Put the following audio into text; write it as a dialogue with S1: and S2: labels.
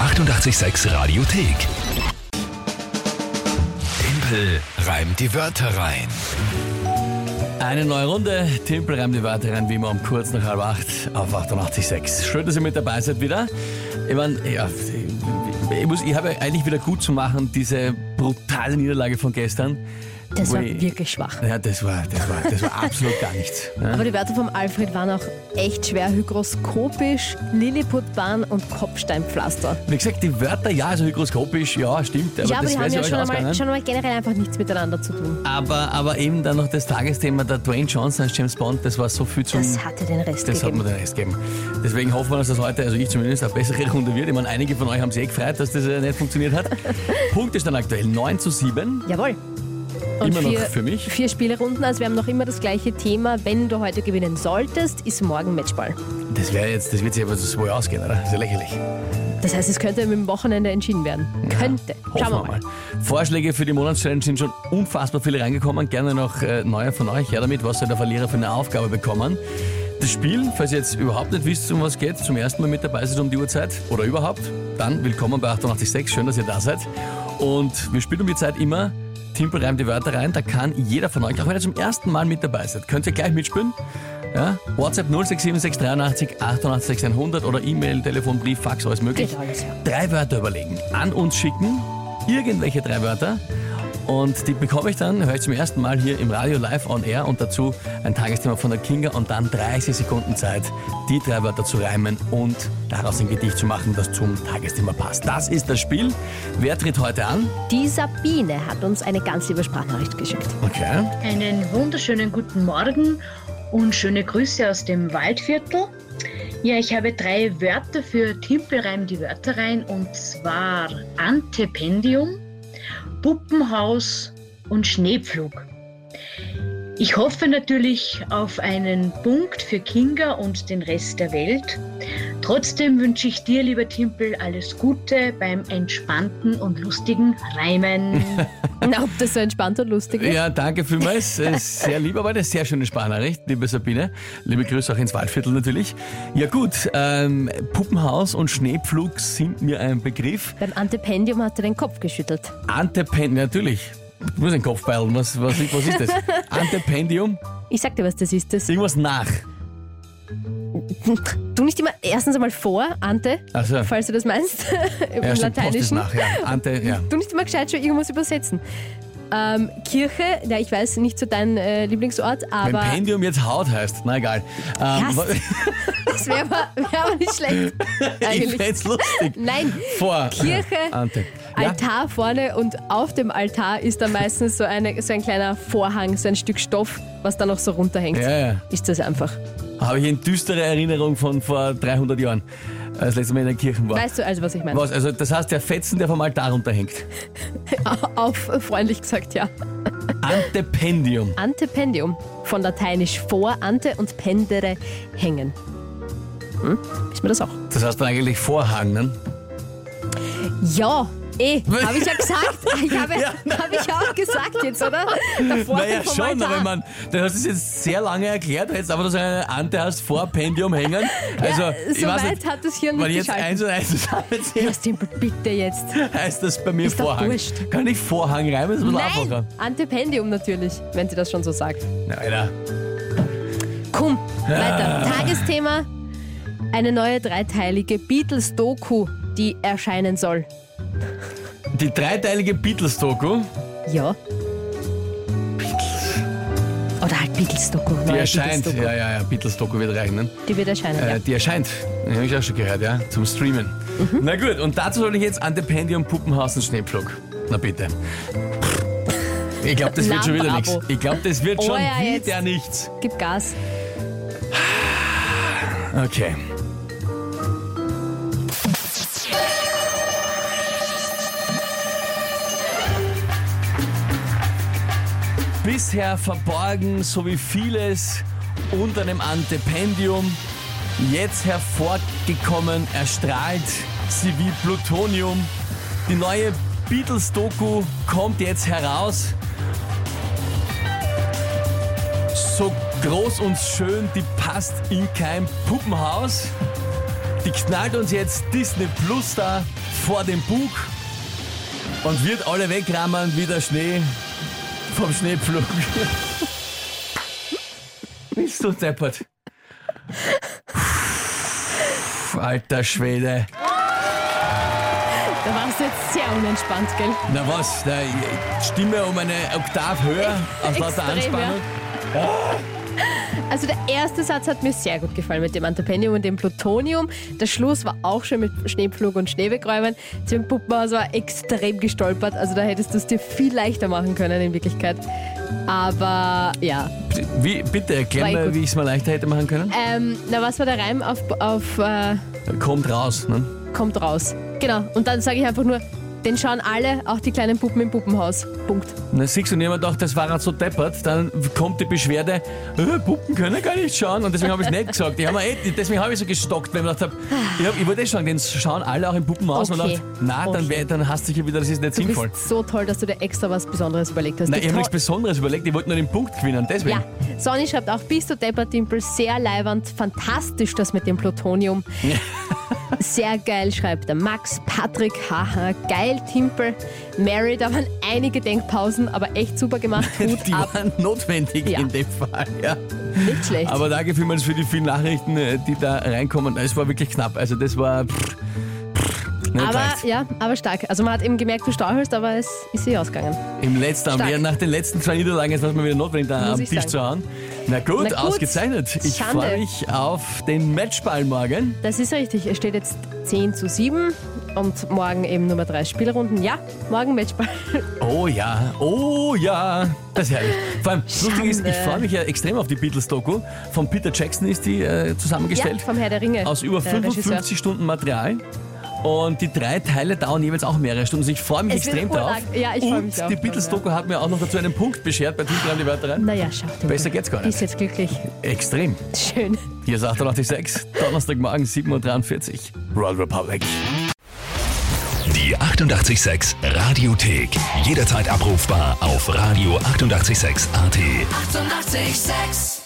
S1: 886 Radiothek. Tempel reimt die Wörter rein.
S2: Eine neue Runde. Tempel reimt die Wörter rein, wie immer um kurz nach halb acht auf 88.6. Schön, dass ihr mit dabei seid wieder. Ich meine, ja, ich, muss, ich habe eigentlich wieder gut zu machen, diese brutale Niederlage von gestern.
S3: Das war
S2: Ui.
S3: wirklich schwach.
S2: Ja, das war, das war, das war absolut gar nichts. Ja?
S3: Aber die Wörter vom Alfred waren auch echt schwer. Hygroskopisch, Lilliputbahn und Kopfsteinpflaster.
S2: Wie gesagt, die Wörter, ja, also hygroskopisch, ja, stimmt. Aber
S3: ja, aber
S2: das
S3: die haben
S2: weiß ich
S3: ja
S2: euch
S3: schon einmal,
S2: ausgegangen. ne?
S3: schon einmal generell einfach nichts miteinander zu tun.
S2: Aber, aber eben dann noch das Tagesthema der Dwayne Johnson als James Bond, das war so viel zum...
S3: Das hatte den Rest
S2: Das hat
S3: gegeben.
S2: mir den Rest gegeben. Deswegen hoffen wir, dass das heute, also ich zumindest, eine bessere Runde wird. Ich meine, einige von euch haben sich eh gefreut, dass das äh, nicht funktioniert hat. Punkt ist dann aktuell 9 zu 7.
S3: Jawohl. Und
S2: Immer noch
S3: vier,
S2: für mich.
S3: Vier Spielrunden, also wir haben noch immer das gleiche Thema. Wenn du heute gewinnen solltest, ist morgen Matchball.
S2: Das wäre jetzt, das wird sich aber so wohl ausgehen, oder? Das ist ja lächerlich.
S3: Das heißt, es könnte mit dem Wochenende entschieden werden. könnte.
S2: Hoffen wir mal. Vorschläge für die Monatschallenge sind schon unfassbar viele reingekommen. Gerne noch äh, neue von euch. Ja, damit, was soll der Verlierer für eine Aufgabe bekommen? Das Spiel, falls ihr jetzt überhaupt nicht wisst, um was geht, zum ersten Mal mit dabei seid um die Uhrzeit oder überhaupt, dann willkommen bei 886. Schön, dass ihr da seid. Und wir spielen um die Zeit immer. Timpel reimt die Wörter rein, da kann jeder von euch, auch wenn ihr zum ersten Mal mit dabei seid, könnt ihr gleich mitspielen. Ja? WhatsApp 067683 886 oder E-Mail, Telefon, Brief, Fax, alles möglich
S3: Geht alles, ja.
S2: drei Wörter überlegen, an uns schicken, irgendwelche drei Wörter. Und die bekomme ich dann, höre ich zum ersten Mal hier im Radio live on air und dazu ein Tagesthema von der Kinga und dann 30 Sekunden Zeit, die drei Wörter zu reimen und daraus ein Gedicht zu machen, das zum Tagesthema passt. Das ist das Spiel. Wer tritt heute an?
S3: Die Sabine hat uns eine ganz liebe Sprachnachricht geschickt.
S2: Okay.
S4: Einen wunderschönen guten Morgen und schöne Grüße aus dem Waldviertel. Ja, ich habe drei Wörter für Timpelreim die Wörter rein und zwar Antependium, Puppenhaus und Schneepflug. Ich hoffe natürlich auf einen Punkt für Kinga und den Rest der Welt. Trotzdem wünsche ich dir, lieber Timpel, alles Gute beim entspannten und lustigen Reimen.
S3: Na, ob das so entspannt und lustig ist?
S2: Ja, danke vielmals. Äh, Sehr lieb, aber eine sehr schöne Sprachnachricht, liebe Sabine. Liebe Grüße auch ins Waldviertel natürlich. Ja gut, ähm, Puppenhaus und Schneepflug sind mir ein Begriff.
S3: Beim Antependium hat er den Kopf geschüttelt.
S2: Antependium, natürlich. Ich muss den Kopf beilen, was, was, was ist das? Antependium,
S3: Ich sag dir, was das ist. Das
S2: irgendwas nach.
S3: tu nicht immer erstens einmal vor, Ante,
S2: Also, ja,
S3: falls du das meinst, im
S2: stimmt, Post ist
S3: Lateinischen.
S2: nach, ja. Ante, ja.
S3: Tu nicht immer gescheit schon irgendwas übersetzen. Ähm, Kirche, ja, ich weiß nicht so dein äh, Lieblingsort,
S2: Wenn
S3: aber
S2: Pendium jetzt Haut heißt, na egal. Ähm,
S3: Was?
S2: wa-
S3: das wäre aber, wär aber nicht schlecht.
S2: ich
S3: Eigentlich.
S2: fänd's lustig.
S3: Nein,
S2: Vor.
S3: Kirche,
S2: Ante. Ja?
S3: Altar vorne und auf dem Altar ist dann meistens so, eine, so ein kleiner Vorhang, so ein Stück Stoff, was da noch so runterhängt.
S2: Ja, ja.
S3: Ist das einfach.
S2: Habe ich eine düstere Erinnerung von vor 300 Jahren, als letztes Mal in der Kirche war.
S3: Weißt du also, was ich meine?
S2: Was, also das heißt, der Fetzen, der vom Altar runterhängt.
S3: Auf freundlich gesagt, ja.
S2: Antependium.
S3: Antependium, von lateinisch vor, ante und pendere, hängen. Hm? Ist mir das auch?
S2: Das heißt dann eigentlich Vorhang, ne?
S3: Ja, eh, habe ich ja gesagt. Ich habe,
S2: Ja.
S3: hab ich auch gesagt jetzt, oder? Davor
S2: Naja,
S3: vom
S2: schon,
S3: Altar.
S2: aber ich meine, du hast es jetzt sehr lange erklärt, jetzt aber, dass du eine Ante hast, vor Pendium hängen. Also, ich
S3: so
S2: weiß
S3: weit
S2: nicht,
S3: hat das Hirn
S2: wenn ich
S3: nicht
S2: jetzt
S3: geschaltet.
S2: eins und eins zusammenzähle,
S3: Was Tempel, bitte jetzt.
S2: heißt das bei mir
S3: Ist doch
S2: Vorhang.
S3: wurscht.
S2: Kann ich Vorhang reimen? Das ist ein bisschen einfacher.
S3: Nein, Antependium natürlich, wenn sie das schon so sagt.
S2: Na, Alter.
S3: Komm,
S2: Ah.
S3: weiter. Tagesthema: Eine neue dreiteilige Beatles-Doku, die erscheinen soll.
S2: Die dreiteilige Beatles-Doku,
S3: Ja. Oder halt Beatles-Doku.
S2: die
S3: neue
S2: erscheint.
S3: Beatles-Doku.
S2: Ja, ja, ja, Beatles-Doku wird rechnen.
S3: Die wird erscheinen,
S2: Äh,
S3: ja. Mhm.
S2: Die erscheint, habe ich auch schon gehört, ja, zum Streamen. Na gut, und dazu soll ich jetzt Antependium, Puppenhaus und Schneepflug. Na bitte. Ich glaube, das wird schon wieder
S3: Lampabo.
S2: nichts. Ich glaube, das wird
S3: Oh
S2: schon
S3: ja, jetzt.
S2: wieder nichts.
S3: Gib Gas.
S2: Okay. Bisher verborgen, so wie vieles unter einem Antependium, jetzt hervorgekommen, erstrahlt sie wie Plutonium. Die neue Beatles-Doku kommt jetzt heraus. So groß und schön, die passt in kein Puppenhaus. Die knallt uns jetzt Disney Plus da vor dem Bug und wird alle wegrammern wie der Schnee vom Schneepflug. Bist du deppert? Puh, Alter Schwede.
S3: Da warst du jetzt sehr unentspannt, gell?
S2: Na was, da Stimme um eine Oktav höher aus lauter
S3: Extrem, ja.
S2: Anspannung.
S3: Also der erste Satz hat mir sehr gut gefallen mit dem Antipendium und dem Plutonium. Der Schluss war auch schön mit Schneepflug und Schneewegräumen. Tim Puppenhaus war extrem gestolpert, also da hättest du es dir viel leichter machen können in Wirklichkeit. Aber ja.
S2: Wie, bitte erklär
S3: War eh
S2: mir,
S3: gut.
S2: wie ich es mal leichter hätte machen können.
S3: Ähm, na, was war der Reim auf, auf äh,
S2: Kommt raus. Ne?
S3: kommt raus? Genau. Und dann sage ich einfach nur, den schauen alle, auch die kleinen Puppen im Puppenhaus. Punkt.
S2: Na, siehst du, und jemand dachte, das war halt so deppert, dann kommt die Beschwerde, äh, Puppen können gar nicht schauen und deswegen habe ich es nicht gesagt. Ich hab mir eh, deswegen habe ich so gestockt, weil ich mir gedacht habe, ich, hab, ich wollte eh sagen, den schauen alle auch im Puppenhaus und
S3: Okay.
S2: dachte, na, dann, wär, dann hast du dich ja wieder, das ist nicht
S3: Du
S2: sinnvoll.
S3: bist so toll, dass du dir extra was Besonderes überlegt hast.
S2: Nein,
S3: Du
S2: ich habe
S3: trau-
S2: nichts Besonderes überlegt, ich wollte nur den Punkt gewinnen, deswegen.
S3: Ja, Sonny schreibt auch, bist du Depper Dimple, sehr leiwand, fantastisch das mit dem Plutonium. sehr geil, schreibt der Max, Patrick, haha, geil Timpel, Mary, da waren einige Denkpausen, aber echt super gemacht, Hut
S2: Die
S3: ab,
S2: waren notwendig
S3: Ja.
S2: in dem Fall, ja.
S3: nicht schlecht.
S2: Aber danke vielmals für die vielen Nachrichten, äh, die da reinkommen. Es war wirklich knapp, also das war... Pff, pff, nicht
S3: aber
S2: leicht.
S3: ja, aber stark. Also man hat eben gemerkt, du stauchelst, aber es ist sie ausgegangen.
S2: Im letzten,
S3: Stark.
S2: Jahr, nach den letzten zwei Niederlagen, jetzt war es mal wieder notwendig, da
S3: Muss
S2: am
S3: ich
S2: Tisch
S3: sagen.
S2: zu hauen. Na gut,
S3: Na gut.
S2: ausgezeichnet. Ich
S3: Schande.
S2: freue mich auf den Matchball morgen.
S3: Das ist richtig, es steht jetzt 10 zu 7 und morgen eben Nummer 3 Spielrunden. Ja, morgen Matchball.
S2: Oh ja, oh ja. Das ist herrlich. Vor allem, lustig ist, ich
S3: Schande.
S2: freue mich ja extrem auf die Beatles-Doku. Von Peter Jackson ist die äh,
S3: Ja,
S2: zusammengestellt.
S3: vom Herr der Ringe.
S2: aus über
S3: der
S2: 55
S3: Regisseur.
S2: Stunden Material. Und die drei Teile dauern jeweils auch mehrere Stunden. Also ich freue mich
S3: Es wird
S2: extrem drauf.
S3: urlang. Ja, ich freue
S2: Und
S3: mich auch
S2: die
S3: drauf,
S2: Beatles-Doku hat mir auch noch dazu einen Punkt beschert bei Titel an die Wörter rein.
S3: Naja, schaut mal.
S2: Besser geht's gar
S3: Die ist
S2: nicht.
S3: jetzt glücklich.
S2: Extrem.
S3: Schön.
S2: Hier ist 886, Donnerstagmorgen 7.43 Uhr. Royal Republic.
S1: Die 886 Radiothek. Jederzeit abrufbar auf radio886.at. 886!
S5: 886